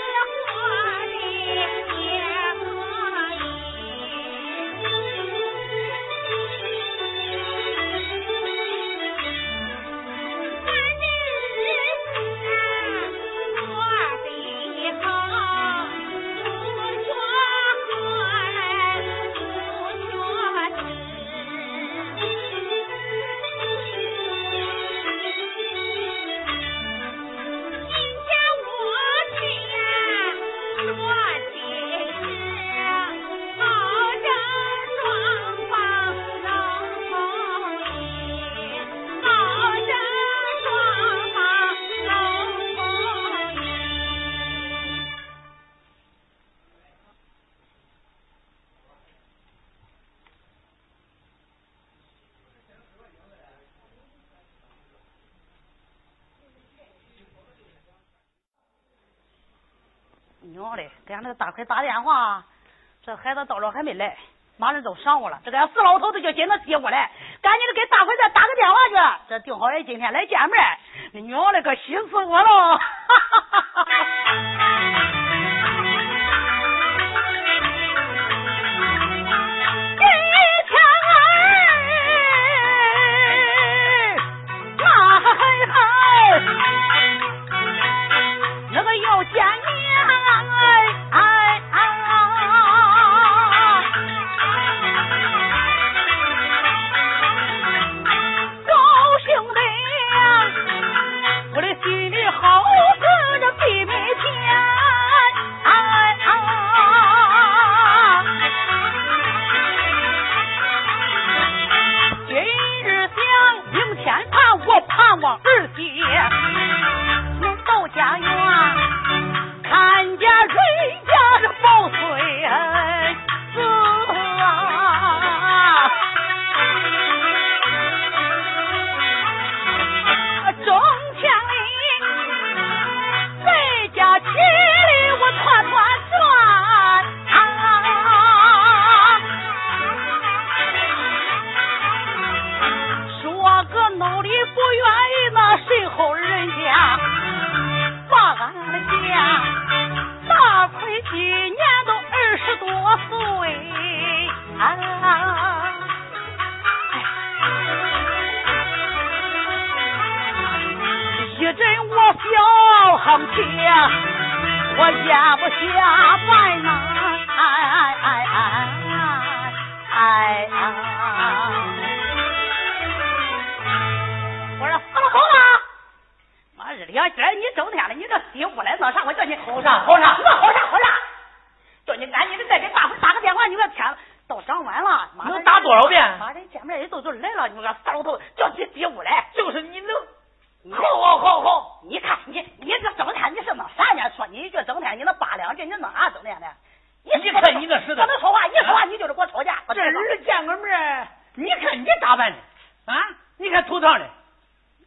啊娘嘞，给俺那个大奎打电话，这孩子到了还没来，马上都晌午了。这个死老头子就紧着接我来，赶紧的给大奎再打个电话去。这定好人今天来见面，你娘嘞，可喜死我了！ 哎一枪哎儿，那还好，那个要见娘哎哎哎！高兄弟呀，我的心里好似这碧梅天。哎哎今日想明天盼，我盼望儿媳能到家园，啊看见人家的抱孙子啊！中天里在家七里我团团转。啊说个脑里不愿意那谁后人家，把俺的家大奎今年都二十多岁啊。一阵我小横切，我咽不下饭呐，哎哎哎哎哎哎我说死老头子，妈日两今儿你整天了，你这西屋来闹啥？我叫你吼啥吼啥你个吼啥吼啥？叫你赶紧的再给大伙打个电话，你个天了，到张晚了，妈的能打多少啊遍？妈的见面人都就来了，你个死老头子叫你西屋来。就是你能，吼吼吼吼！你看你你这整天你是弄啥呢？说你一句整天你那扒两句，你弄啥整天的？你你看你那似的我能说话，一说话你就是给我吵架。这儿见个面儿，你看你打扮的啊，你看土烫的，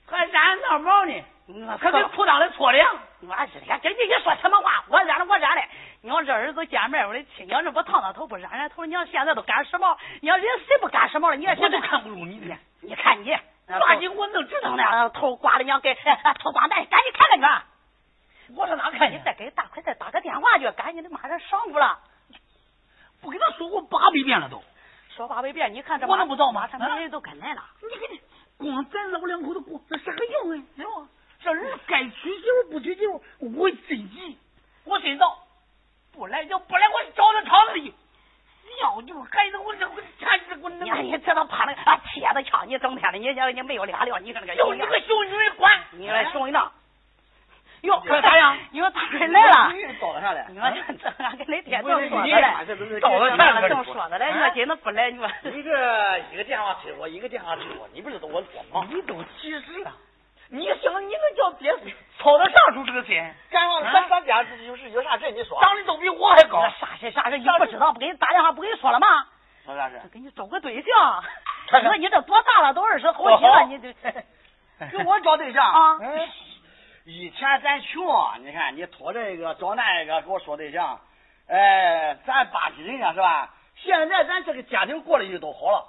还染闹毛呢，我可跟裤裆里搓凉。我这天跟你一说什么话，我染了我染了。你要这儿子见面，我的亲娘这不烫烫头不染染头，你要现在都赶时髦，你要人谁不赶时髦了？你要我现都在看不住你这，你看你，抓你我能知道弄呢。那头刮的娘给啊头刮蛋，赶紧看看去。我上哪看去你？再给大奎再打个电话去，赶紧的，马上上午了。不跟他说过八百遍了都，说八百遍，你看这我能不知道嗯吗马上没人都跟来了。你光咱老两口子光这啥用啊？哎呦，这人该娶媳妇不娶媳妇，我心急，我心到，不来就不来，我找他厂子去。要就是孩子，我这我简直我能你看你这都怕那个啊铁子枪，你整天的，你你你没有俩料，你看那个就你个小女人管，嗯啊你来熊一闹。哟，这咋样？你说大奎来了。搞啥嘞？你说这这俺跟雷天不正是说你的嘞，这嗯都是找了看看正说的嘞，你说今子不来，你说 一个一个电话催我，一个电话催我，你不知道我多忙。你都几十了，哦你想你能叫爹 操到啥时候这个啊心？干上咱咱家有是有啥事你说，长得都比我还高，啥事啥事你不知道，不给你打电话不跟你说了吗？嗯说啥事 就？给你找个对象。看你看说你这多大了，都二十好几哦了，你 这给我找对象啊嗯以前咱穷，你看你托这个找那个给我说对象，哎、咱巴结人啊家是吧？现在咱这个家庭过得就都好了，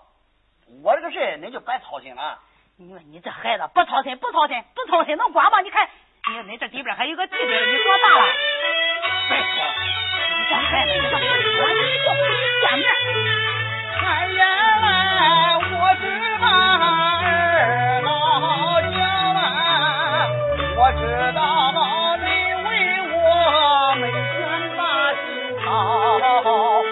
我这个事儿您就别操心了。你说你这孩子不操心，不操心，不操心能管吗？你看，你说你这里边还有个弟弟，你多大了？别说了，你这孩子，你这不管，你就不见面。哎呀，我知道二老娘啊，我知道你为我没钱把心操。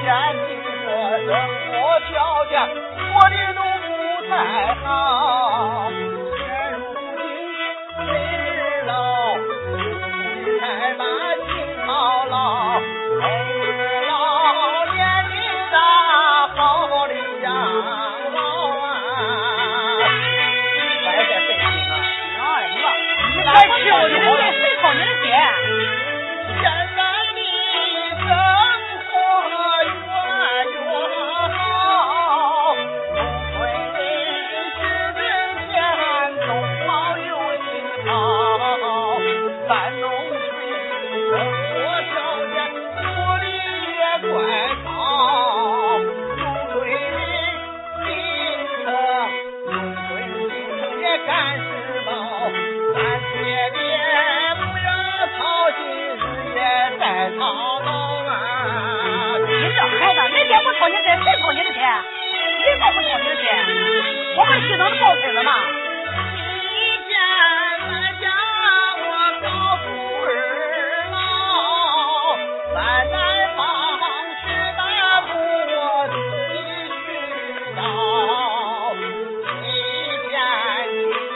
现今这生活条件过得都不太好，现如今人老，你才把情操老，儿老年龄大，好的养老啊。娘嘞，你说你好歹你还吃我就好白白费心了，谁操你的心？现在的生活越越好，农村人日子你倒不高兴去，我不是心疼着抱孙子吗？你这么讲，我高不二老，在南方吃的不自己知啊道。一天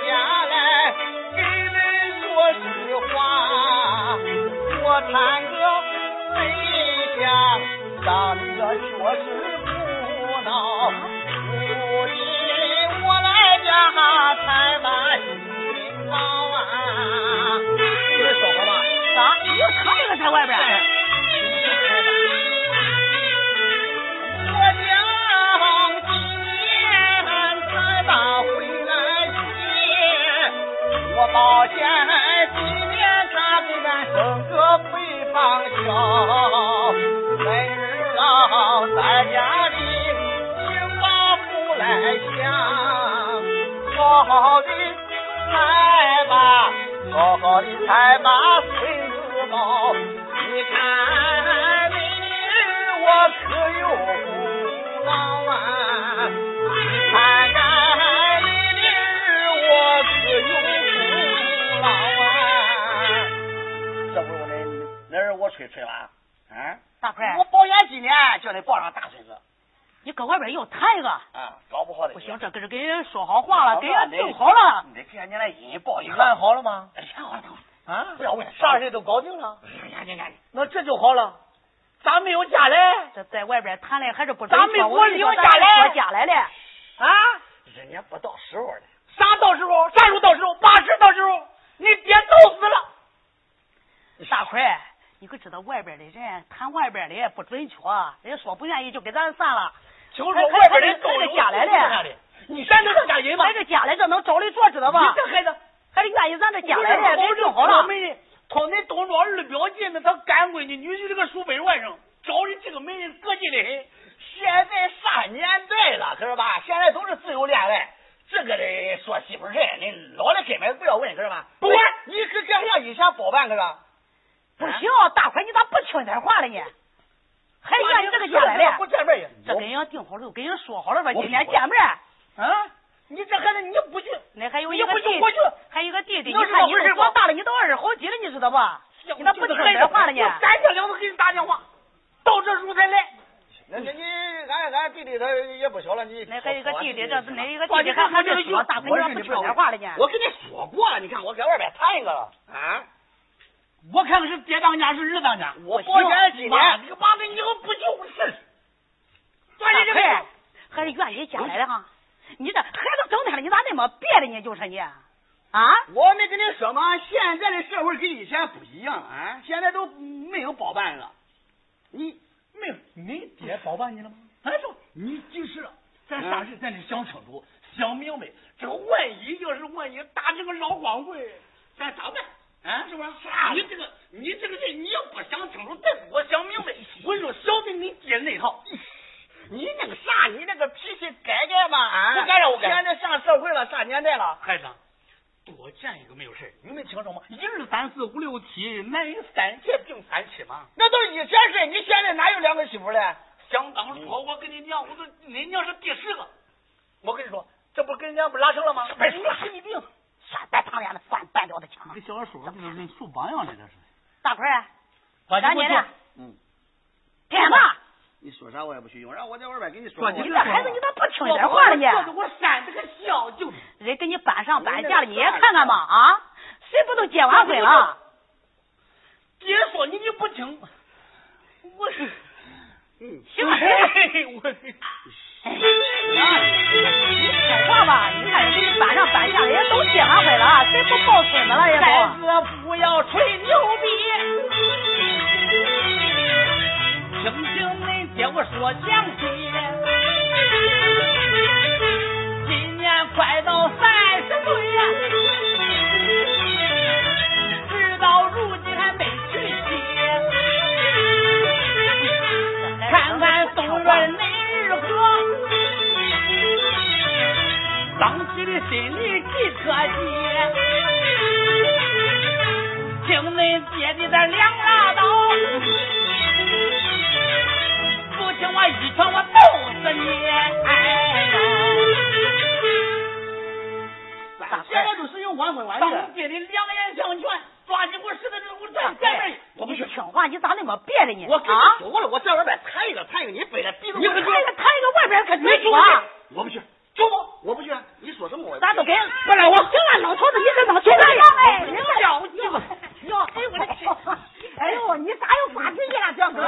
下来跟人说实话，我谈个回家，咱个确实不孬。如今我来家才把心忙啊，你说说吧，咋？你又藏那个在外边儿？我娘今年才把回来接，我保险今年咋给咱生个回房小，没日老在家里情报不来想，好好的才把好好的才把孙子抱，你看你。我可有功劳啊！看看你的我可有功劳啊！这不是我那那是我吹吹吧？啊！大奎儿，我保险今年叫你抱上大孙子你搁外边又谈一个，啊，搞不好的不行，这可是给人说好话了，给人定好了了。。你这年来人抱一个，看好了吗？哎呀，啊不要问，啥事都搞定了，哎呀，你看，那这就好了。咱没有家来这在外边谈恋爱还是不咱们给给我留下来说家来了。啊？人家不到时候了。啥到时候？啥时候到时候？八十到时候，你爹早死了。大奎，你可知道外边的人谈外边的也不准确，人家说不愿意就给咱散了。听说外边人都还还还还假来了，你咱能是家人吗？咱这家来这能找得着知道吧你？这孩子，还得愿意咱这家来的，我人这就好我了。们从恁东庄二表进的，他干闺女女婿这个叔辈外甥，找的这个媒人膈气的很。现在啥年代了，可是吧？现在都是自由恋爱，这个得说媳妇儿认，你老的根本不要问，可是吧？哎不问你是这像以前包办，可是吧？不行，大奎，你咋不听点话了呢？还愿哎意这个家来不了？见面也。这嗯跟人家定好了，跟人说好了吧，我今天见面。啊，你这孩子你不去，那还有一你个不弟去，我去。还有一个弟弟，你要是看你我是都多我大了？你都二十好几了，你知道吧？你咋不听人话了呢？我三天两头给你打电话，到这时候才来。那你你俺俺弟弟他也不小了，你那还有一个弟弟，这那一个哇弟弟你还看还我这没个说，又大奎你咋不听人话了呢？我跟你说过了，你看我搁外边谈一个了啊！我看看是爹当家是儿当家。我保险今妈，年你个妈的，你以后不去我试试。大断你这个奎还是愿意家来的哈。你这孩子整天了，你咋那么别的呢？就是你啊，我没跟你说吗？现在的社会跟以前不一样啊，现在都没有包办了。你没有，你爹包办你了吗？哎，说你及时了，咱啥事咱得想清楚、想明白。这万一要是万一打这个老光棍，咱咋办？啊，是不是？你这个你这个事你要不想清楚，再不想明白，我跟你说，小心你爹那 套。你那个啥，你那个脾气改改吧啊！我改了我改了现在上社会了，上年代了，孩子，多见一个没有事儿你没听说吗？一二三四五六七，男人三界并三起嘛。那都是以前事，你现在哪有两个媳妇了？想当初我跟你娘，我说你娘是第十个，我跟你说，这不跟人家不拉上了吗？别说了你神经病！啥别旁边的翻半吊子墙。这小说这是树榜样的，这是。大奎，把赶紧的，嗯，干嘛？你说啥我也不去用，让我在外边给你说说你你这这孩子你咋不听点话了呢？我扇这个笑就。人给你搬上搬下了，你也看看吧啊！谁不都结完婚了？爹说你你不听，我是。 嗯，行了，我啊你听哎话吧，你看人给你搬上搬下了，人家都结完婚了，啊谁不抱孙子了？人孩家子都。不要吹牛逼，听听恁爹我说良心，今年快到三十岁呀，直到如今还没娶妻，看看东院男儿和，当时的心里几可惜。听恁爹的咱两拉倒，不听我一拳我打揍死你！哎呀，咋现在就是有晚婚晚当当街的两眼相劝，抓紧我使的这我站前面。我不是听话，你咋那么别了呢？我跟啊你，说了，我在外边谈一个谈一个，你非得逼着我你不是那个抬个外边可你没去说啊，我不去，就不，我不去。啊你说什么我也不去咱都给不是我行了，老头子，你这老头子，哎你了了，哟，哎我的天！哎呦，你咋又发脾气了，彪哥？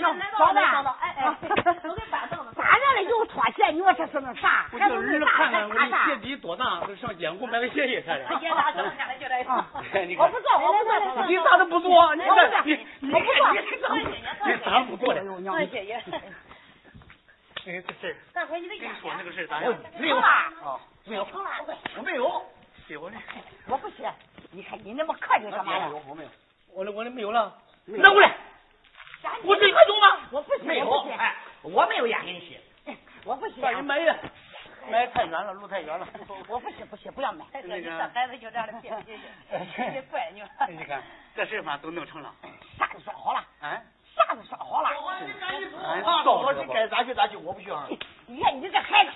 老板，哎哎，我给板凳子。咋的了？又脱鞋？你说这是那啥？我还叫不儿是子啥？看还看我啥这啥？鞋底多大，我上眼库买个鞋也看看。爷打这么干了就这 样。我不做，我不做，啊你咋都不做？你我不这做你你我不做你咋不做的？哎爷爷， 哎，这事儿大奎，你的跟眼你说那个事儿哎咋样？我没有啊，没有，疼了，我没有，有呢，我不去。你看你那么客气干嘛没呀有？，我没有，我的我的没有了，没有拿过来，我这个懂吗？我不去，没有我不去，，哎，我没有眼给你洗，我不去啊让人买的，买哎太远了，路太远了。我不去，不去，不要买。哎哥，你这孩子就这样的 别别别，别怪你了。哎你看这事儿嘛都弄成了， 啥子说好了？啊哎，啥子说好了？嗯哎俺照着该咋去咋去，我不去啊！你看你这孩子，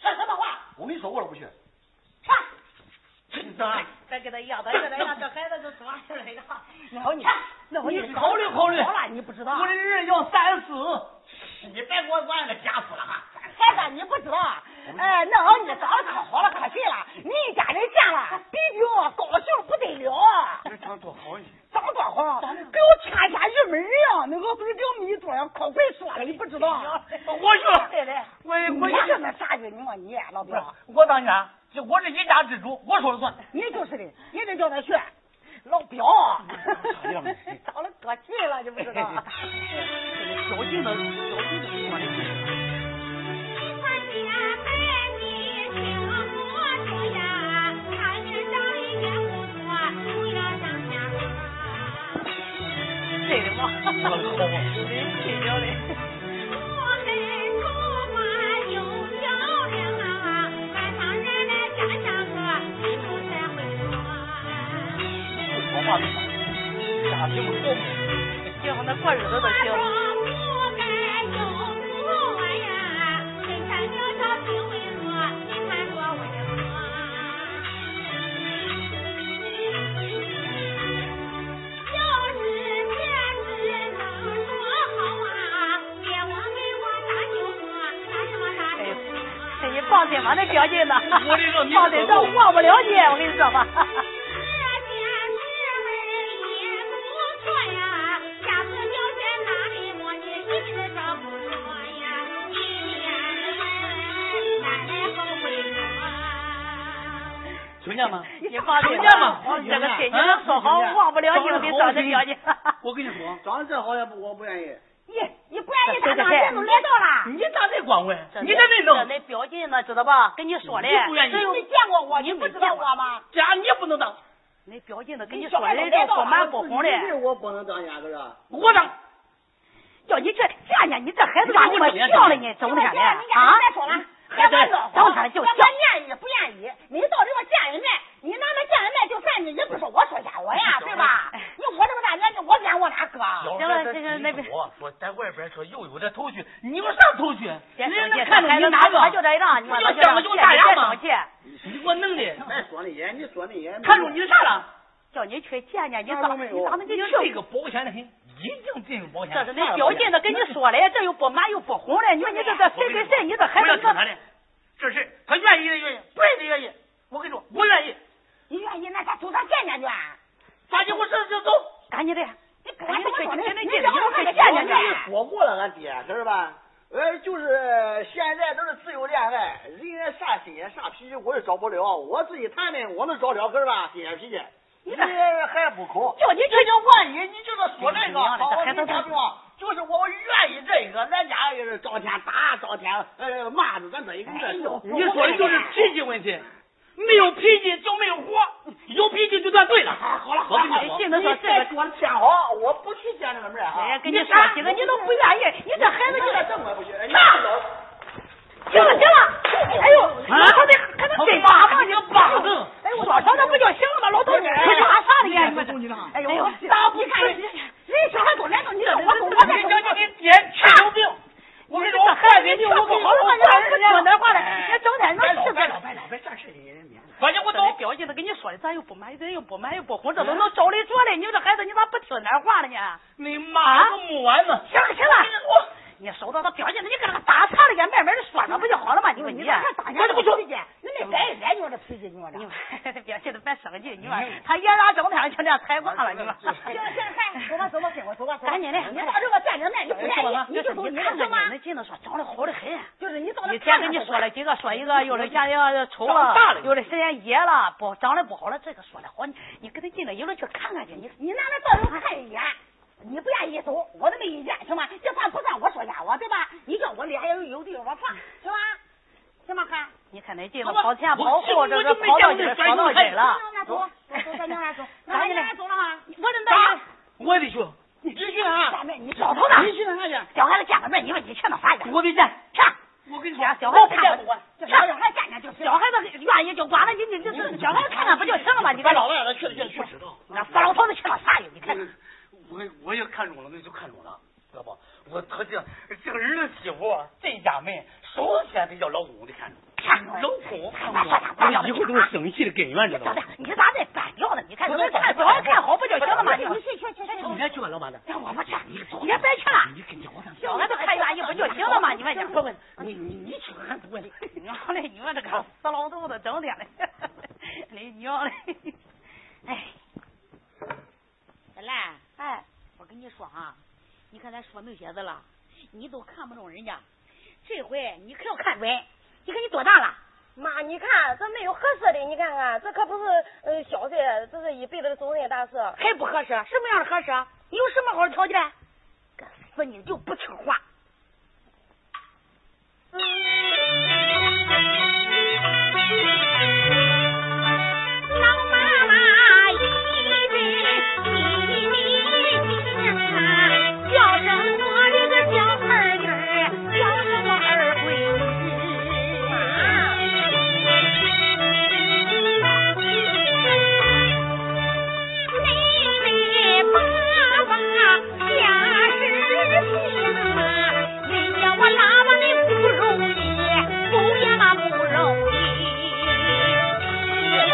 说什么话？我跟你说过了不去，唱。真的。啊再给他要，咱这让这孩子就抓起来了。那我你看，那我你你考虑考虑好了，你不知道我。的人要三思，你别给我管那家父了哈。孩子，你不知道，哎，那好，你长得可好了，可俊了，你一家人见了，比我高兴不得了啊，这长多好呢！长多好，给我天天一门样，啊那个不是两米多呀，可会说了，你不知道啊。我去，对嘞，我你我是那啥人，你说你老不是表，我当家，这我是一家之主，我说了算。你就是的，你得叫他去。老表， 长得可俊了，你不知道。啊小静的，小静的，我的我家孩子听我的呀，他日长得也不错，不要当家花。对的嘛。我的好啊！人气了嘞。我很出马又漂亮啊，看上人来长相个，你不太会说。会说话的，家庭和睦。今后那过日子都我说行。不该又不完呀，身上有条金围罗，你看多温和。要是别是能说好啊，别我没我打酒窝，打什么打酒哎，你窝？放心吧，那小姐呢？我的肉你放心，可这够忘不了你，我跟你哎说吧。这件事儿也不错呀，下次要在哪里摸你一次找不着呀，一年咱来后悔说。听见吗？你放心听见吗这个天津说好，忘不了你，我跟你说，这小姐。我跟你 说，长得这好也不，我不愿意。你你不愿意打仗，人都来到了。你咋这光棍？这你咋这 弄？那表弟呢，知道吧？跟你说嘞，嗯你不愿意只有你见过我，你不知道我吗？家你不能当，那表弟呢，跟你说的这不满不红的，我不能当家，可是。我当。叫你这见见你这孩子咋那么犟了呢？整天的啊！别说了，还在整天就别我愿意不愿意？你到底我见人卖，你拿那见人卖就算你，也不是我说瞎哎我呀，对吧？哎你我这么大年纪，我见我哪哥？行了这个那边我说在外边说又有这头绪，你有啥头绪？别人生气，家看着孩你子哪个？他就这样，你说他就想着就大别牙嘛生。气。你给我弄的，别说那些，哎你说那些。看中你啥了？叫你去见见，你咋你咋能给你你这去？个保险的很，一定这个保险。这是那表弟呢，跟你说嘞，这又不满又不红嘞，你说你这这谁跟谁，你这孩不要子听这他的，这事他愿意的愿意，不愿意的愿意。我跟你说，我愿意，你愿意那咱走上见见去。抓紧我这就走。啊赶紧的，你跟赶紧我 去，说赶的，紧你去，让我去看见见见见去去。。说过了，俺爹是吧？呃，就是现在都是自由恋爱，人家啥心眼啥脾气我也找不了，我自己谈的我能找了，可是吧？心眼脾气，你这还不抠，叫你去这就万一你就说说哎这你个，娘的好，这我孩给子你打比方，就是我愿意这个，咱家也是朝天打，朝天呃骂着，咱这一个哎呦你说的就是脾气问题，哎没有脾气就没有活，有脾气就算对了。好了，我跟你你说，信能说这个别说天好，啊我不去见那个妹儿哎啊呀，！跟你说起来你都不愿意，你这孩子就这么不去，那行了行了，哎呦，老头子还能给巴掌你巴子，哎，我说上那不就行了吗？老头子，你打啥的呀？你们哎呦，打不看人小孩都来到你这，我我人家你爹气有病，给你，我不好好干人家。说那话了，也整点别能老吃别的。老别老别这事你人反正我这懂。表姐都跟你说的，咱又不买，咱又不买，又不红，这都能找得着嘞。你这孩子，你咋不听咱话了呢？你妈个木完呢！行了行了，你收到他表姐，你跟那个打岔了，也慢慢的说着不就好了吗？你说你，哎我就不说。那得改改，你说这脾气，你说这。你 表姐都别生气，你说他爷俩整天就这样抬杠了，你说。行了行了，嗨，走吧走吧，跟我走吧。走吧赶紧的你到这个站着面，哎你不愿意，你你就走，你你看看着什你么？那劲的说，长得好的很。就是你到那一天跟你说了几个，说一个，有的嫌人丑了，啊有的嫌人野了，不长得不好了，这个说的好，你你跟他进了一轮去看看去，你你拿那道上看一眼，你不愿意走，我都没意见，行吗？这算不算我说瞎话，对吧？你叫我脸也有地方我放，行吗？行吗？嗨，你看那劲的跑前跑后，这我个就没跑到见过这这跑到摔跤这了。那走，走，咱娘俩走，赶 咱紧娘俩走了哈。我的啥？我得去。你去下哪？面你老找头头子，子，去那啥啊去？小孩子见个面，你说你去那啥去？我得见。上，我跟你说俩，啊小孩我子不看看见我。这小小孩站着就行小。孩子愿意就管了你，你这小孩子看看不就行了吗？你把看老外了去了去了嗯不知道。那死老头子去了啥去？你看。我我也看中了，那就看中了，知道不？我他这这个儿媳妇啊，这家门首先得叫老公得看中，看中老公哎看中，我以后都是生气的根源，知道小子吗？，你咋这反掉呢？你看，你看，小孩看好不就行了吗？你去去去去，你先去吧，老板子。我不去，你别别去了。你跟着我上。小孩子看愿意不就行了 吗？你问你，不问你你你去俺不问。娘 嘞，你问这个死老头子整天的， 你娘嘞，哎，小兰，哎，我跟你说啊，你看咱说那些子了，你都看不中人家，这回你可要看准。你看你多大了？妈，你看这没有合适的，你看看这可不是呃小事，这是一辈子的终身大事。啊还不合适？什么样的合适？你有什么好条件？该死你就不听话！老妈妈一日一啊，叫声我这个小孩女儿，叫声我二闺女。妹妹爸爸家事兴啊，人家我拉妈的不容易，不也嘛不容易。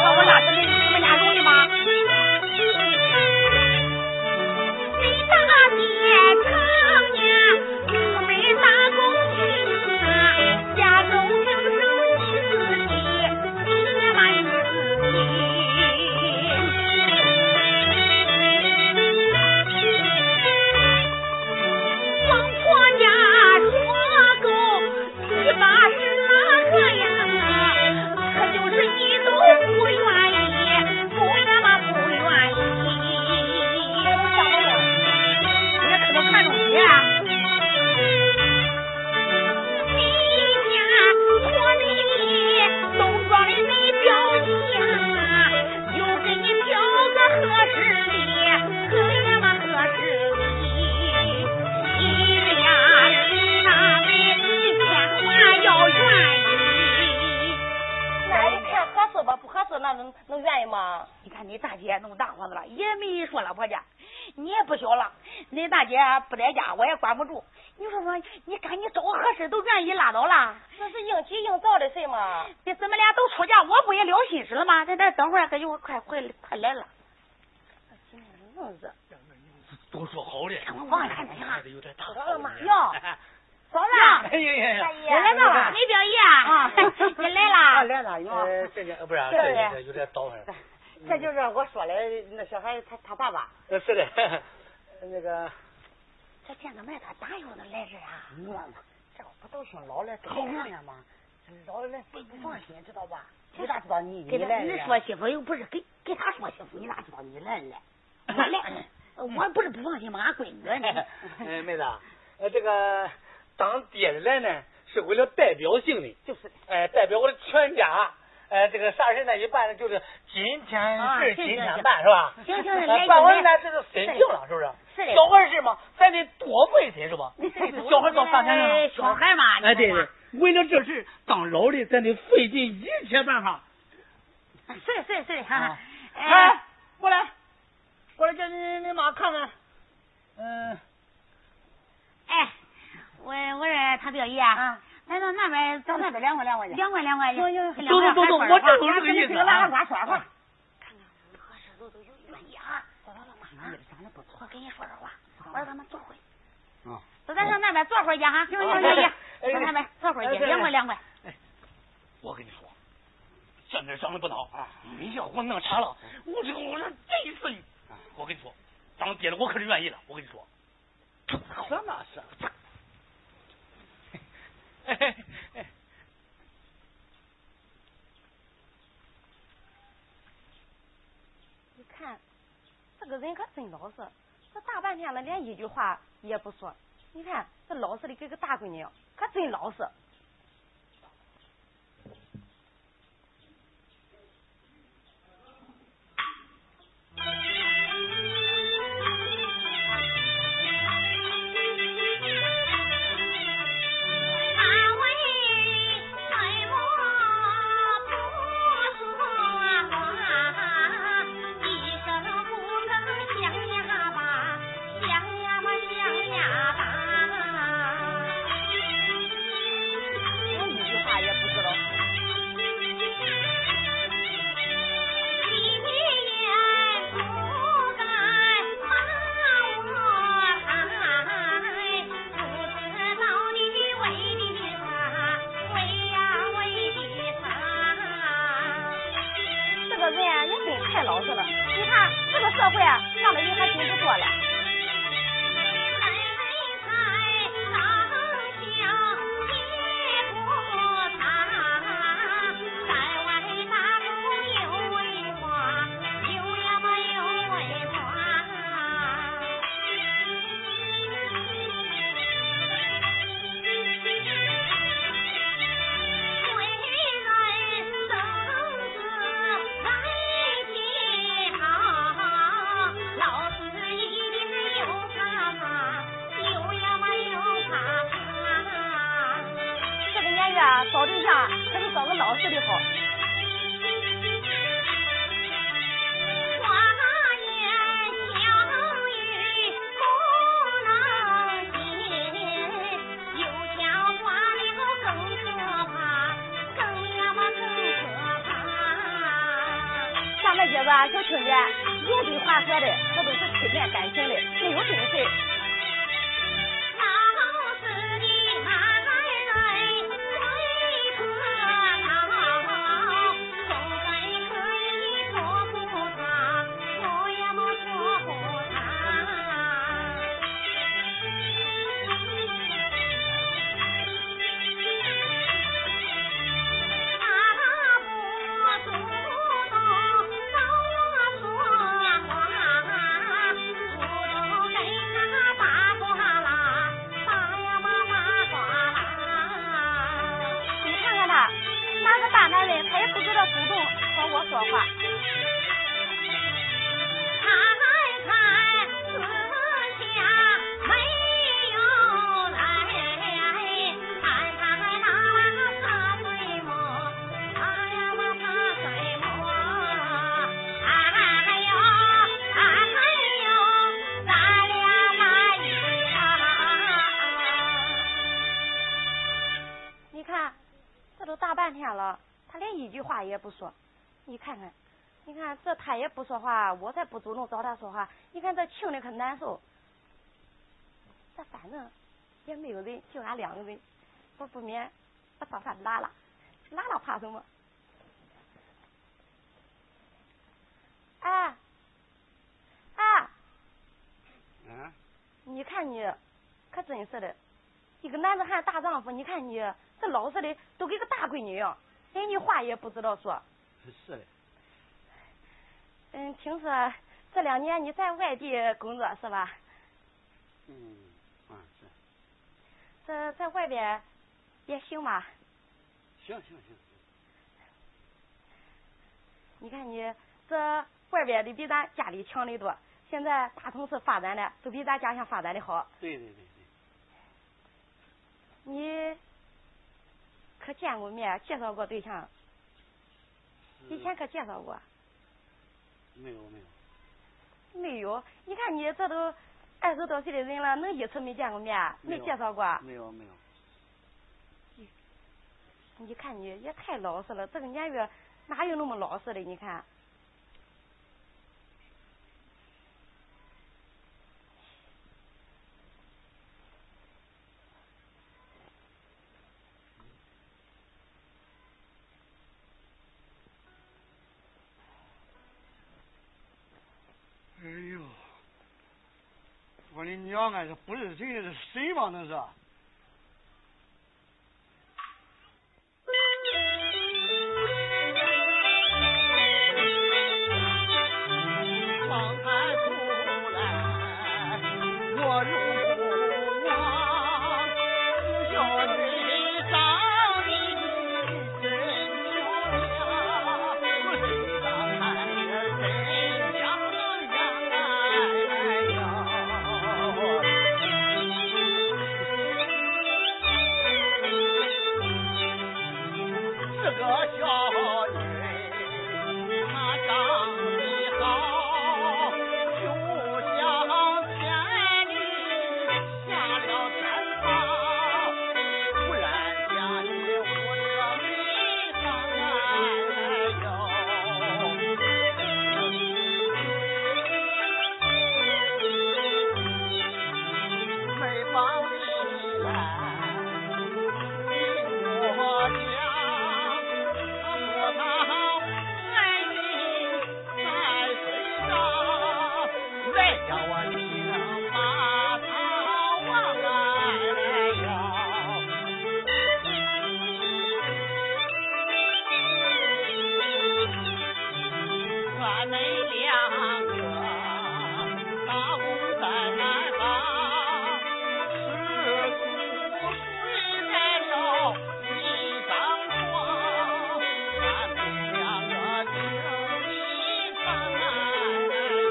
我我哪是你你们家容易吗？你大姐成呀，出门打工去啊，家中营生你自己，你也把你自己。光婆家说够七八十个呀，可就是你都不愿意，不愿嘛不愿意。人家可都看中你啊。你家托你东庄里你表家，就给你挑个合适的，合也嘛合适的。你俩人呐，你千万要愿意。那你看合适吧，不合适那能能愿意吗？你看你大姐弄大房子了，也没说老婆家，你也不小了。恁大姐不在家，我也管不住。你说说，你赶紧找个合适都愿意拉倒啦。这是应急应造的事嘛。这咱们俩都出嫁，我不也了心事了吗？这这等会儿可就快快快来了。都说好的，哎忘了看你孩子有点大。哎着了吗 哟嫂子，哎呀呀呀！你来干嘛？没表姨啊， 你啊来啦。来了，哟，呃，这个呃不是啊，这个有点倒腾。这就是我说的那小孩他他爸爸。呃，是的， 那个 这见个面，他哪有能来这啊？你看吧，这不都姓老来好看呀吗？老来不不放心，知道吧？你咋知道你你给他来你了？说媳妇又不是给给他说媳妇，你咋知道你来了？我来，我不是不放心吗？俺闺女呢？哎，妹子啊，呃，这个当爹的来呢，是为了代表性的，就是哎、代表我的全家，哎、这个啥事呢一办呢，就是今天啊事行今行天行办，是吧？行行哎 来办完来呢，这就申请了，是不是？是的小孩是嘛，咱得多问心，是吧？小孩到饭堂哎上，小孩嘛，你哎，对懂吗对，为了这事，当老的咱得费尽一切办法。啊是是是，哈啊，哎，，过来，过来，叫你你妈看看。嗯，哎，我我说他表姨啊，来到那边到那边凉快凉快去。凉快凉快去。行行行凉快走走走快我快这都是这个意思啊这个拉拉耍耍。我跟你说说话，我让他们坐会。走，咱上那边坐会儿去哈。行行行行，上那边哎坐会儿去，凉快凉快。我跟你说，现在长得不孬啊！你要给我弄岔了，我这个我这贼死你！啊我跟你说，当爹的我可是愿意了。我跟你说，什么是？哎哎哎！你看，这个人可真老实，这大半天了，连一句话也不说。你看这老实的跟个大闺女一样，可真老实。他为为我不说话，一声不吭响呀吧，响呀吧响呀吧。连一句话也不知道。啊你也不该骂我来，不知道你为的啥，为呀为的啥。这个人啊，也真太老实了。你看这个社会啊，让哎的人还真不多了。人才长小，结果长，在外打工有为花，有呀嘛有为花。为人正直来记好，老子一定有他嘛，有呀嘛有他嘛。 这个年月啊找对象啊还是找个老实的好。花言巧语不能信，有钱花了更可怕，更呀嘛更可怕。像那些个小青年，油嘴滑舌的，这都是欺骗感情的，没有真事儿。老子的男人最可恼，总分可以错不他，错呀么错不他。 他不主动早说话，不都给他八卦啦，八呀嘛八卦啦。你看看他，哪个大男人他也不知道主动和我说话。看看四下没有人，看看那那个水母，哎呀我个水母，哎呦哎呦，咱俩那一场。你看，这都大半天了，他连一句话也不说。你看看，你看这他也不说话，我才不主动找他说话。你看这气的可难受。这反正也没有人，就俺两个人，我不免我找他拉拉，拉拉怕什么？哎，哎，嗯，你看你，可真是的，一个男子汉大丈夫，你看你这老实的都跟个大闺女一样，连句话也不知道说。是的，嗯，听说这两年你在外地工作是吧？嗯，啊是，这在外边也行吧？行行行，你看你这外边的比咱家里强得多。现在大城市发展的都比咱家乡发展的好，对对对对，你可见过面，介绍过对象，是以前可介绍过。没有没有，没有，你看你这都二十多岁的人了，能一次没见过面，没介绍过？没有没有，你看你也太老实了，这个年月哪有那么老实的？你看，哎呦，我的娘啊，这不是谁这是谁吧？那是。放开出来，我如不忘，只求你早日真漂亮，谁当男人真娘娘哟。这个小女，她长得好，就像天女下了天堂，忽然间你我这没上来哟。没放起来。我家，我他爱你在水上，再叫我你能把他忘来呀？我们两个打工在南方，吃苦睡在了一张床，咱们两个情意长难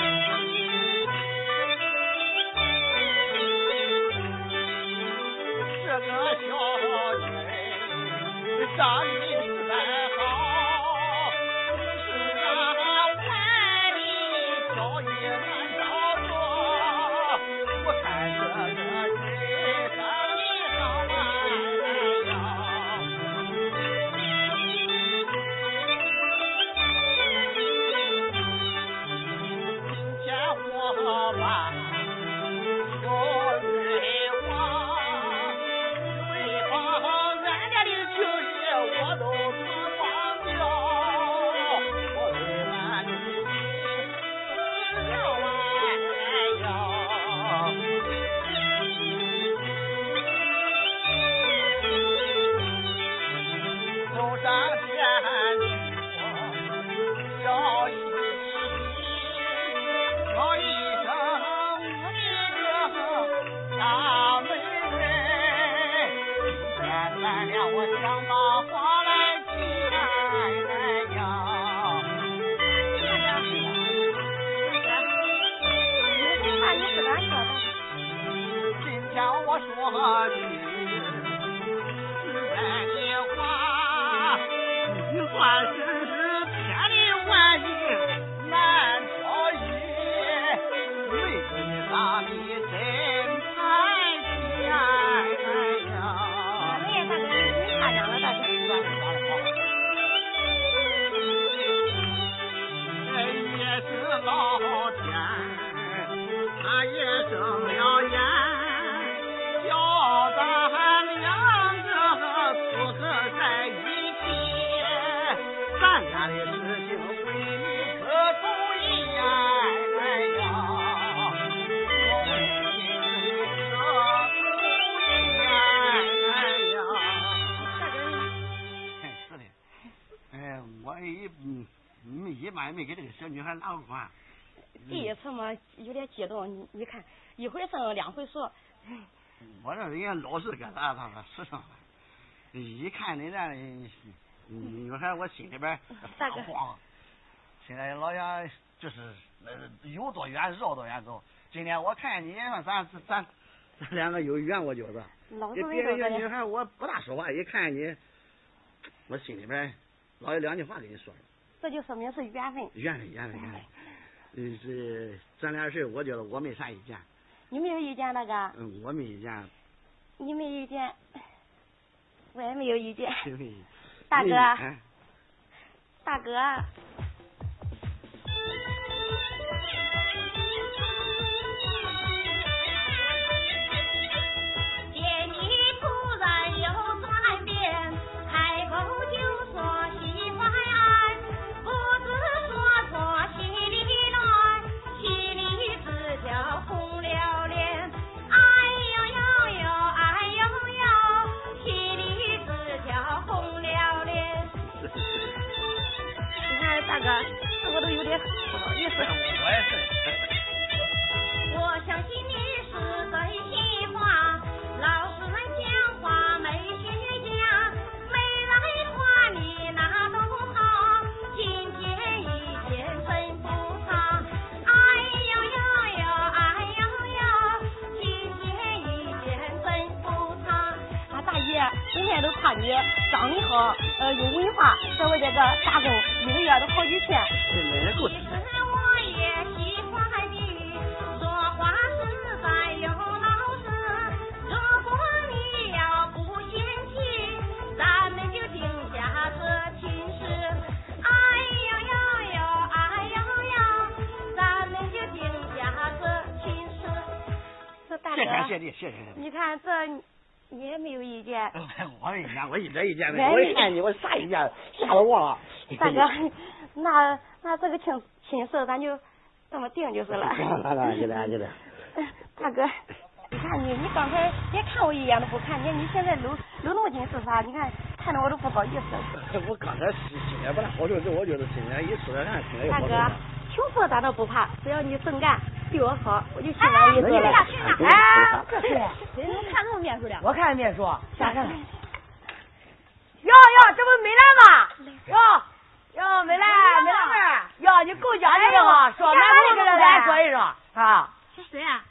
了。这个小女长得还好，是那万里挑一难找着，我看这个人长得好玩呀。今天我把有瑞王，瑞芳，俺家的情谊我都是忘掉，我为俺的死了弯腰。走上前去，我要一叫一声我的个大美人，今天咱俩我想把话来讲呀。你话你自个儿说吧。今天我说句实在的话，你算是是千里万里难挑一，妹子你长得真看见呀。哎呀，大哥，你你夸张了，大哥。这也是老天，他也生了眼，叫咱两个撮合在一起，咱俩的事情为你可同意呀？哎呀，我为你可同意呀？大哥，你真是的，哎，我一嗯没一般没给这个小女孩拉过话。第一次嘛，有点激动。你你看，一回生两回熟，嗯我让人家老实疙瘩，他说实诚。一看人家嗯女孩，我心里边发慌。现在老想就是那有多远绕多远走。今天我看你，咱咱咱咱两个有缘，我觉得。老这是别人那家种女的。孩，我不大说话，一看你，我心里边老有两句话跟你说了。这就说明是缘分。哎缘分，缘分，缘分。嗯，是这俩事儿我觉得我没啥意见，你没有意见那个？嗯，我没意见，你没意见， 我也没有意见。因为大哥你哎大哥，见你突然又转变，开口就说喜欢，不知说说心里乱，心里直叫红了脸。哎呦呦呦，哎呦呦，心里直叫红了 脸。你看哎大哥，这我都有点不好意思。我也是。 我相信你是真心话，老实人讲话没虚假，没人夸你那都好，今天一天真不差。哎呦呦呦，哎呦呦，今天一天真不差。啊，大爷，今天都夸你长得好，呃，有文化，在外这个打工，一个月都好几千。这人够其实我也喜欢你，说话实在有老实。如果你要不嫌弃，咱们就定下这亲事。哎呦呦呦，哎呦呦，咱们就定下这亲事。这大谢谢哥谢，谢谢谢。你看这你你也没有意见。我没意见，我一点意见没没有。我一看你，我啥意见啥都忘了。大哥，那那这个亲亲事咱就这么定就是 了。来来来，来来来。哎大哥，你看你，你刚才连看我一眼都不看，你看你现在流流那么紧是啥？你看看得我都不好意思。 我刚才心心里不大好受，这我觉得心里一说点啥，心里大好受。哥，穷事咱都不怕，只要你正干，对我好，我就心满意足了。哎，啊这是谁能看上面子哎了？我看面叔下看。哟哟，这不没来吗？哟哟，没来，没来妹儿。哟，你够讲哎究的哈，说馒头跟大家说一声啊。是谁啊？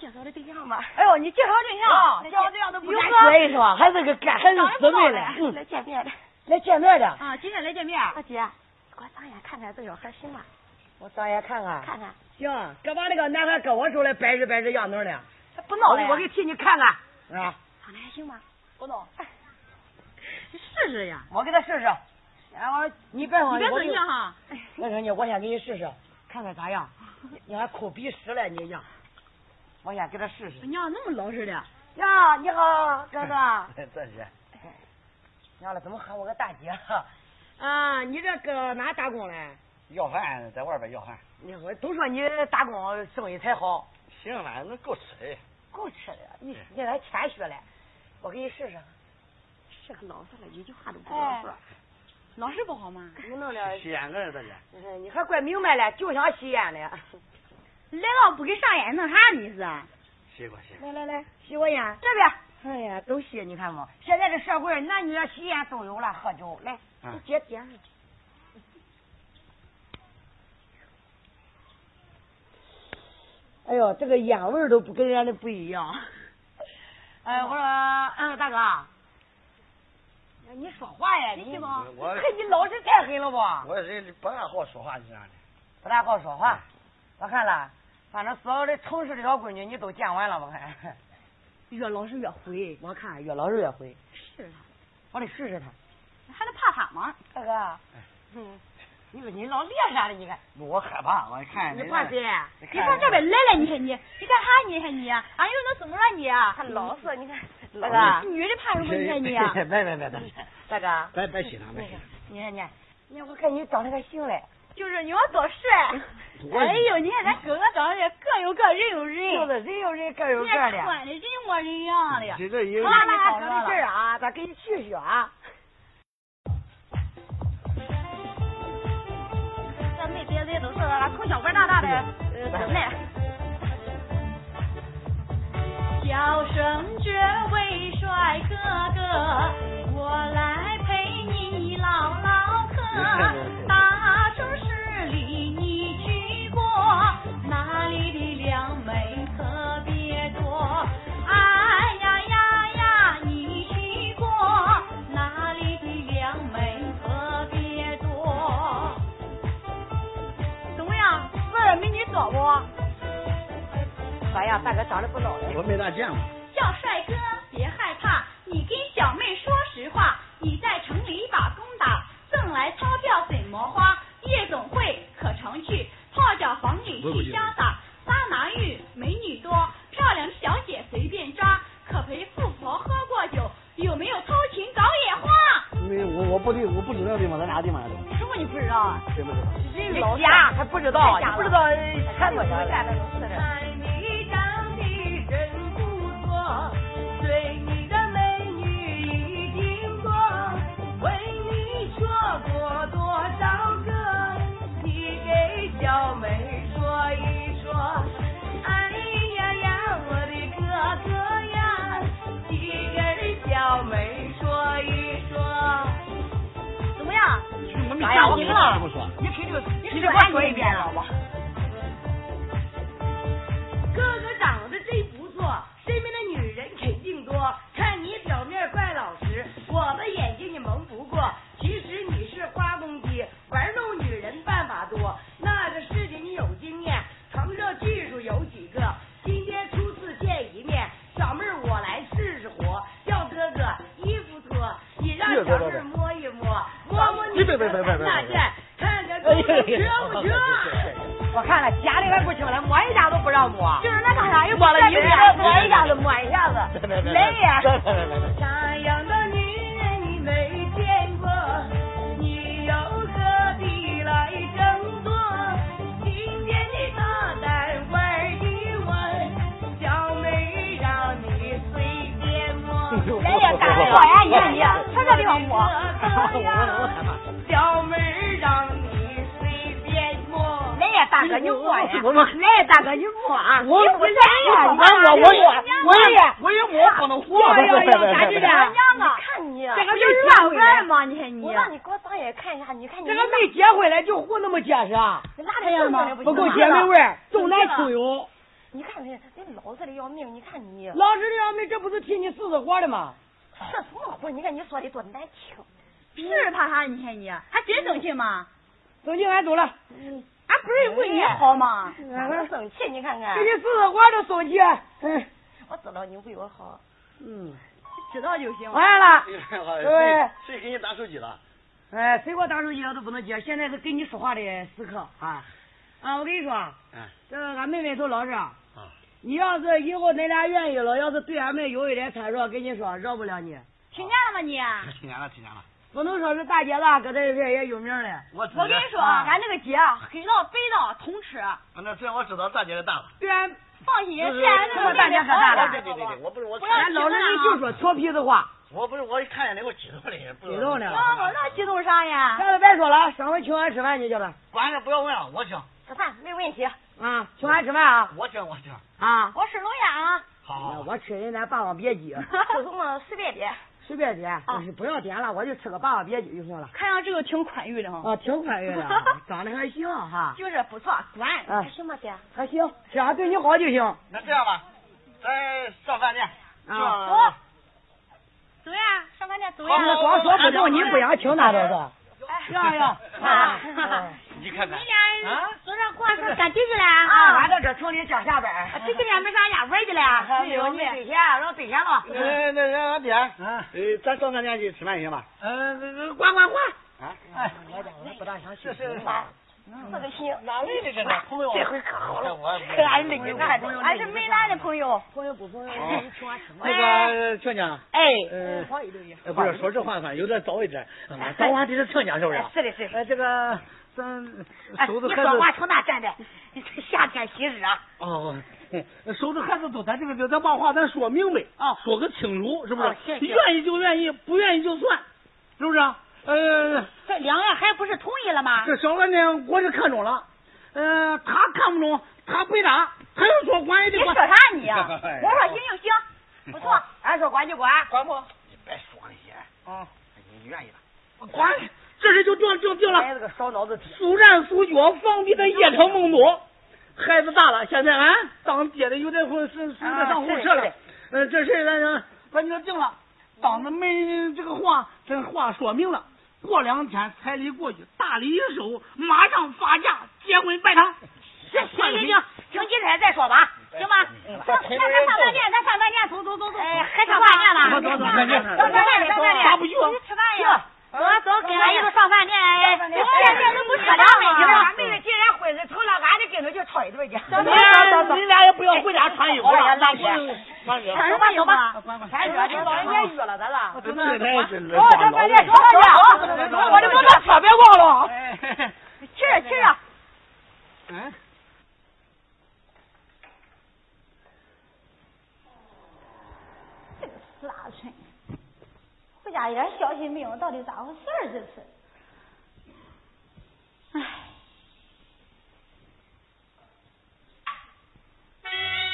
介绍的对象吧，哎呦，你介绍对象，哦介绍对象都不敢说一声，还是个干，哎还是姊妹嘞，嗯来见面了。来见面的。 啊，今天来见面。大姐，你给我上眼看看这小孩行吗？我上眼看看。看看，行，哥把那个男孩搁我手里摆着摆着样弄的，不我我给替你看看。啊，长得还行吗？不弄，试试呀。我给他试试。然后你别你生气，别我生气就 哈。我说你，我先给你试试，看看咋 样。你你还抠鼻屎了，你呀！我先 给他试试。娘那么老实的，呀，你好，哥哥。这是娘了，怎么喊我个大姐？啊，你这搁哪打工嘞？要饭，在外边要饭。你说都说你打工生意才好，行了，那够吃的。够吃的。你你还谦虚嘞，我给你试试。是个老实了，一句话都不多哎说。老实不好吗？你弄 了，吸烟个这是。 嗯你还怪明白嘞，就想吸烟嘞。来了不给上烟弄啥呢？你是？吸过哎吸过。来来来，吸我烟，这边。哎呀，都吸，你看嘛，现在这社会男女吸烟都有了，喝酒来，嗯啊你接接。哎呦，这个烟味儿都不跟人家的不一样。哎，我说，嗯，大哥，你说话呀，你吗我嘿，你老实太狠了吧？我人不大好说话，这样的。啊不大好说哎话。我看了，反正所有的城市的小闺女你都见完了，我看。 越老实越会。我看越老实越会，是啊，我得试试他。还能怕他吗？大哥，嗯，你说你老练啥的？你看，我害怕，我看你人怕家谁？你你看这边来了，你看你，你干啥你看你，俺又能怎么了你？看老实，你看，老大实哥，女的怕什么？你看你， 别别别别 大哥，别别吸他，别吸你看你看，你看我看你长得还行嘞，就是你我多 帅。他。哎呦，你看咱哥哥长得各有各，人有人，就是人有人，各人有各家的。穿的人模人样哎的。你这一好个了，那哥的事儿啊，咱给你去去啊。这没别的，都是俺从小玩到大的呃姊妹。叫声这位帅哥哥，我来陪你唠唠嗑。大城市里你去过，那里的靓妹特别多。哎呀呀呀，你去过，那里的靓妹特别多。怎么样？说我。哎呀，大哥长得不老我没大见过。叫帅哥，别害怕，你跟小妹说实话，你在城里把工打，挣来钞票怎么花？夜总会可常去，泡脚房里去潇洒，桑拿浴美女多，漂亮的小姐随便抓，可陪富婆喝过酒，有没有偷情搞野花？没，我我不对，我不知道地方，在哪地方来的？什么你不知道啊？对不对？这老家还不知道，太假你了不知道看过啥？干的都是的。看你长得人不错，追你的美女已经多，为你错过多少个？你给小妹说一说。哎呀呀，我的哥哥呀，你给小妹说一说。怎么样？我没哎呀，我你明了了，不说，你听这个，你你给得我给说我说一一遍遍了了吧？哥哥长得真不错，身边的女人肯定多。看你表面怪老实，我的眼睛你蒙不过。其实你是花公鸡，玩弄女人办法多。那个事情你有经验，成这技术有几个？今天初次见一面，小妹儿我来试试火，叫哥哥衣服脱，你让小妹儿摸一摸，摸摸你的三大件，看看哥哎哥绝不啊绝？我看看家里还不行了，摸一下都不让摸。就是那干啥又摸了一遍，下，摸一下子，摸一下子，累呀！来来来来来，那样的女人你没见过，你又何必来争夺？今天你大胆玩一玩，小妹让你随便摸。累呀，干我啥呀？呀你你看你上看你，上这地这方哎地方摸 我我摸。害怕。小妹让你随便摸。累呀，大哥，你摸呀！累呀，大哥，你摸啊！你我不累呀？我你看我这我个我也我也我不能活。哎呦呦，咋咋地的地的？你啊这看你，个没结婚来吗？你看你我让你给我长眼看一下，你看你这个没结婚来就活那么结实啊？你拉的正的不够行姐妹吗味儿，重男轻友。你看你，你老实的要命，你看你老实的让妹，这不是替你试试活的吗？这什么婚？你看你说的多难听。是怕啥？你看你还真生气吗？走进俺走了，啊俺啊不是为你好吗？哪能啊生气？你看看哎给，你试试活的手机。嗯我知道你为我好。嗯，知道就行。完了。谁谁给你打手机了？哎，谁给我打手机了都不能接，现在是跟你说话的时刻啊！啊，我跟你说啊，啊这俺妹妹都老实啊，啊，你要是以后恁俩愿意了，要是对俺妹有一点掺着，跟你说饶不了你，听见了吗你？听见了听见了，不能说是大姐了，搁这一片也有名了。我我跟你说，啊俺那个姐啊黑道白道通吃，那这样我知道大姐的大了。对俺放心，就是这俺那个大姐喊大对了对对对，我不是我，俺老实人就说矬皮子话，我不是我一看见那我激动的，不激动的啊，我那激动啥呀？下次别说了，上回请俺吃饭去去了管事不要问啊，我请，吃饭没问题，啊，请俺吃饭啊我请我请，啊！我是聋哑啊，好，我吃人家霸王别姬，啊 就这么随便点。随便点，不要点了，我就吃个霸王别姬就行了。 看上这个挺宽裕的哈，啊，挺宽裕的， 长得还行哈，就是不错，管。啊，行吧，姐，还行，只要对你好就行。那这样吧，咱上饭店。啊，好，走呀，上饭店走不是呀。光说不行，你不想听那都哎是。啊呀呀啊，你看看，俩啊昨天过来说赶集去了啊，啊俺，这这城里刚下班，最近俺们上俺家玩去啊哎了，啊没有你。兑钱，让兑钱了。那那让俺爹，嗯呃，咱上饭店去吃饭行吧？嗯，这这管管管，啊，哎，我讲我不大想去。这个行。哪位的这是朋友？这回可好了，我可俺的你看，俺是梅兰的朋友。朋友不朋友，好你请我吃饭。那个全家，哎，呃，好一点。呃不是说这话反正有点早一点，嗯早晚得是亲家是不是？是的，是的。哎，这个咱哎，手头你还说话是从哪站的？夏天喜热。哦，手头还是多，咱这个咱把话咱说明白，哦说个清楚，是不哦是？谢谢愿意就愿意，不愿意就算，是不是啊？呃，这两岸还不是同意了吗？这小子呢，我是看中了，呃，他看不中，他不打，他又说管也你得说管。啥你呀、我说行行行，不错，俺说管就管。管不？你别说那些，啊，你愿意吧？管，这事就定定定哎了。这个烧脑子题。速战速决，防备他夜长梦多。孩子大了，现在俺当爹的有点混，是是啊的上是红的事是了的。嗯，这事儿咱咱就定了。当着媒这个话，这话说明了。过两天彩礼过去，大礼一收，马上发嫁，结婚拜堂。行行行，听今天再说吧，行吧？把嗯那陪着咱人上饭揍。店，咱上饭店，走走走走。哎，还上饭店呢？走走走饭店，哎上饭店，上饭店。打不去啊去吃饭呀？走走，跟俺一块上饭店。哎，人家这都不扯淡了。妹妹既然婚事成了，俺得跟着去吵一顿去。哎你哎俩你俩也不要回家穿衣服啊了，那不走吧走吧，天热，这老人家约了咱了。真的太真了走上饭店，走上饭店。我的公交车别啊忘了，哎嘿嘿去去啊！嗯，拉春，回家一点消息没有，到底咋回事儿？这是，哎唉，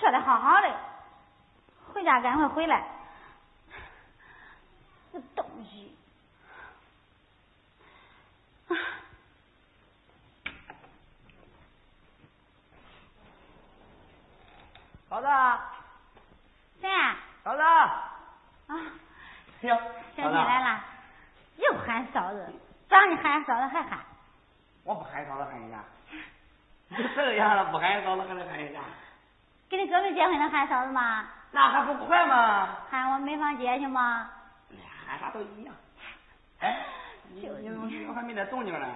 说的好好的，回家赶快回来。这东西，唉嫂子，谁呀？嫂子，啊，行，小姐来了，又喊嫂子，不让你喊嫂子还喊。我不喊嫂子喊一下，都这个样了不喊嫂子还能喊一下？跟你哥们结婚能喊嫂子吗？那还不快吗？喊我梅芳姐行吗？哎呀，喊啥都一样。 哎，你你怎么你还没点动静呢？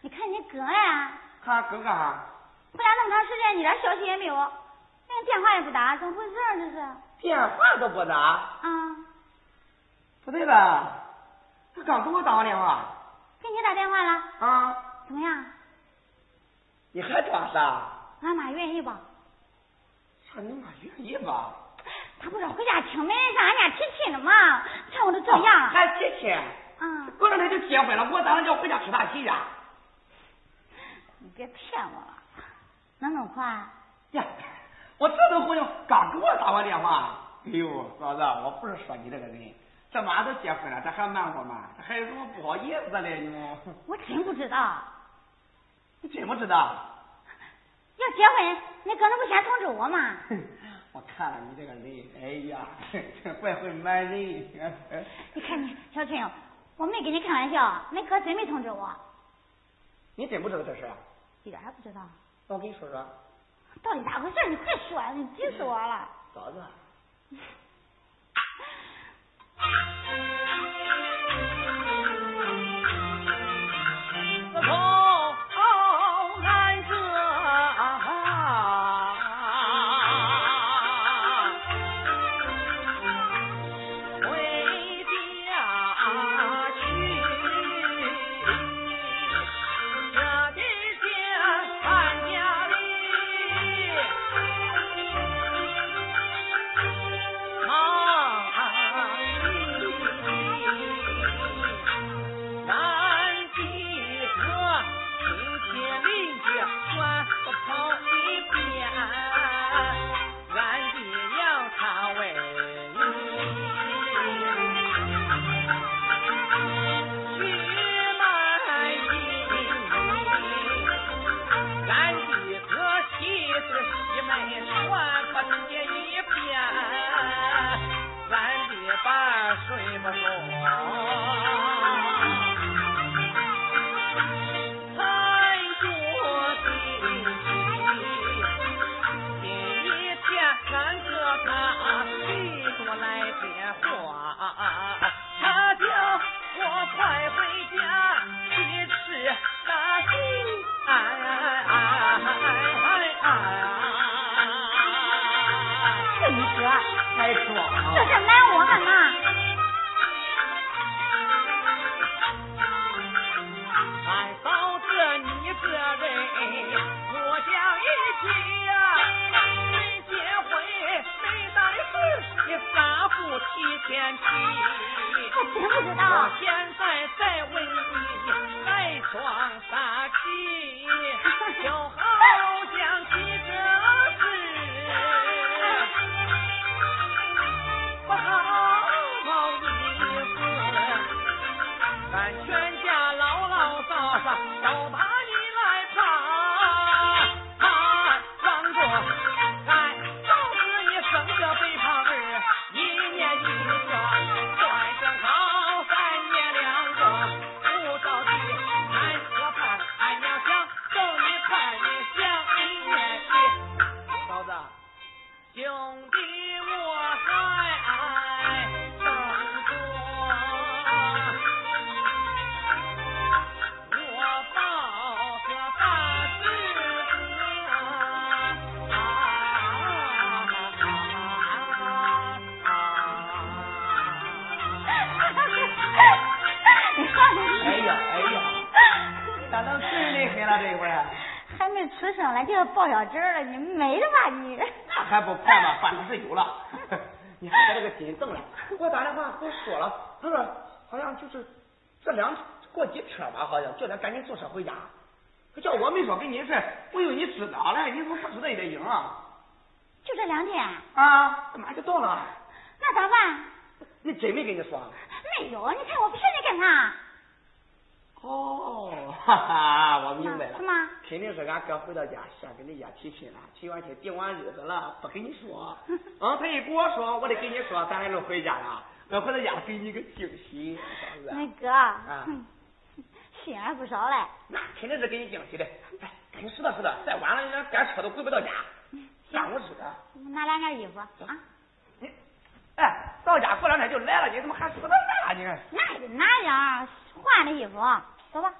你看你哥呀，看俺哥干啥？回家那么长时间，一点消息也没有，连电话也不打，怎么回事儿这是？电话都不打，啊，不对吧？他刚给我打过电话给你打电话了，啊！怎么样？你还装傻？俺妈愿意不？操你妈愿意吧？她不是回家请媒人上俺家提亲了吗？看我都这样了。还提亲？啊，过两天就结婚了，我咋能叫回家吃大喜呀？你别骗我了，能弄快？呀，我这都回应，刚给我打过电话。哎呦，嫂子，我不是说你这个人，这马上都结婚了，这还瞒我吗？这还有什么不好意思的嘞？你们，我真不知道。你真不知道？要结婚，你哥能不先通知我吗？我看了你这个人，哎呀，这怪会瞒人。你看你，小春，我没跟你开玩笑，你哥真没通知我，你真不知道这事？一点儿也不知道，那我跟你说说，到底咋回事儿？你快说，你急死我了。嫂子，自从俺这回家去。家去吃大西，哎哎哎哎哎！这你哥，还爽这是瞒我啊干嘛？俺嫂子，你这人我讲义气呀，没结婚没当事，你咋不提前提？我真不知我道。现在再问你，再闯啥气？小好讲起这事，不好意思。俺全家老老少少都把你来查，啊，张哥，俺就是你生个肥胖儿，一年一个，算正好三年两个，不着急，俺可盼，俺要想揍你盼你想一年一，嫂子，兄弟我还等着。我抱着大志啊！哎呀哎呀，咋都最厉害了这一回？啊还没出生了就要抱小侄儿了，你没了吧你？那还不快吗？半年是 有了，你还把这个筋正了。给我打电话跟我说了，他说好像就是这两过几天吧，好像叫咱赶紧坐车回家。可叫我没说给你的事，我以为你知道了，你怎么不知道你的影啊？就这两天，啊，马上就到了，那咋办？你真没跟你说啊？没有，你看我不是你跟他，哦，哈哈，我明白了是，吗？肯定是俺哥回到家先给你家提亲了，提完亲定完日子了，不跟你说， 啊，他一跟我说，我得跟你说，咱还能回家了，俺回到家给你一个惊喜，嫂子，那哥，啊哼 心眼不少嘞。那肯定是给你惊喜的。哎，赶紧拾掇拾掇，再晚了人赶车都回不到家，上午吃的。拿两件衣服啊，你，哎，到家过两天就来了，你怎么还拾掇那呢？那也拿点儿换的衣服，走吧。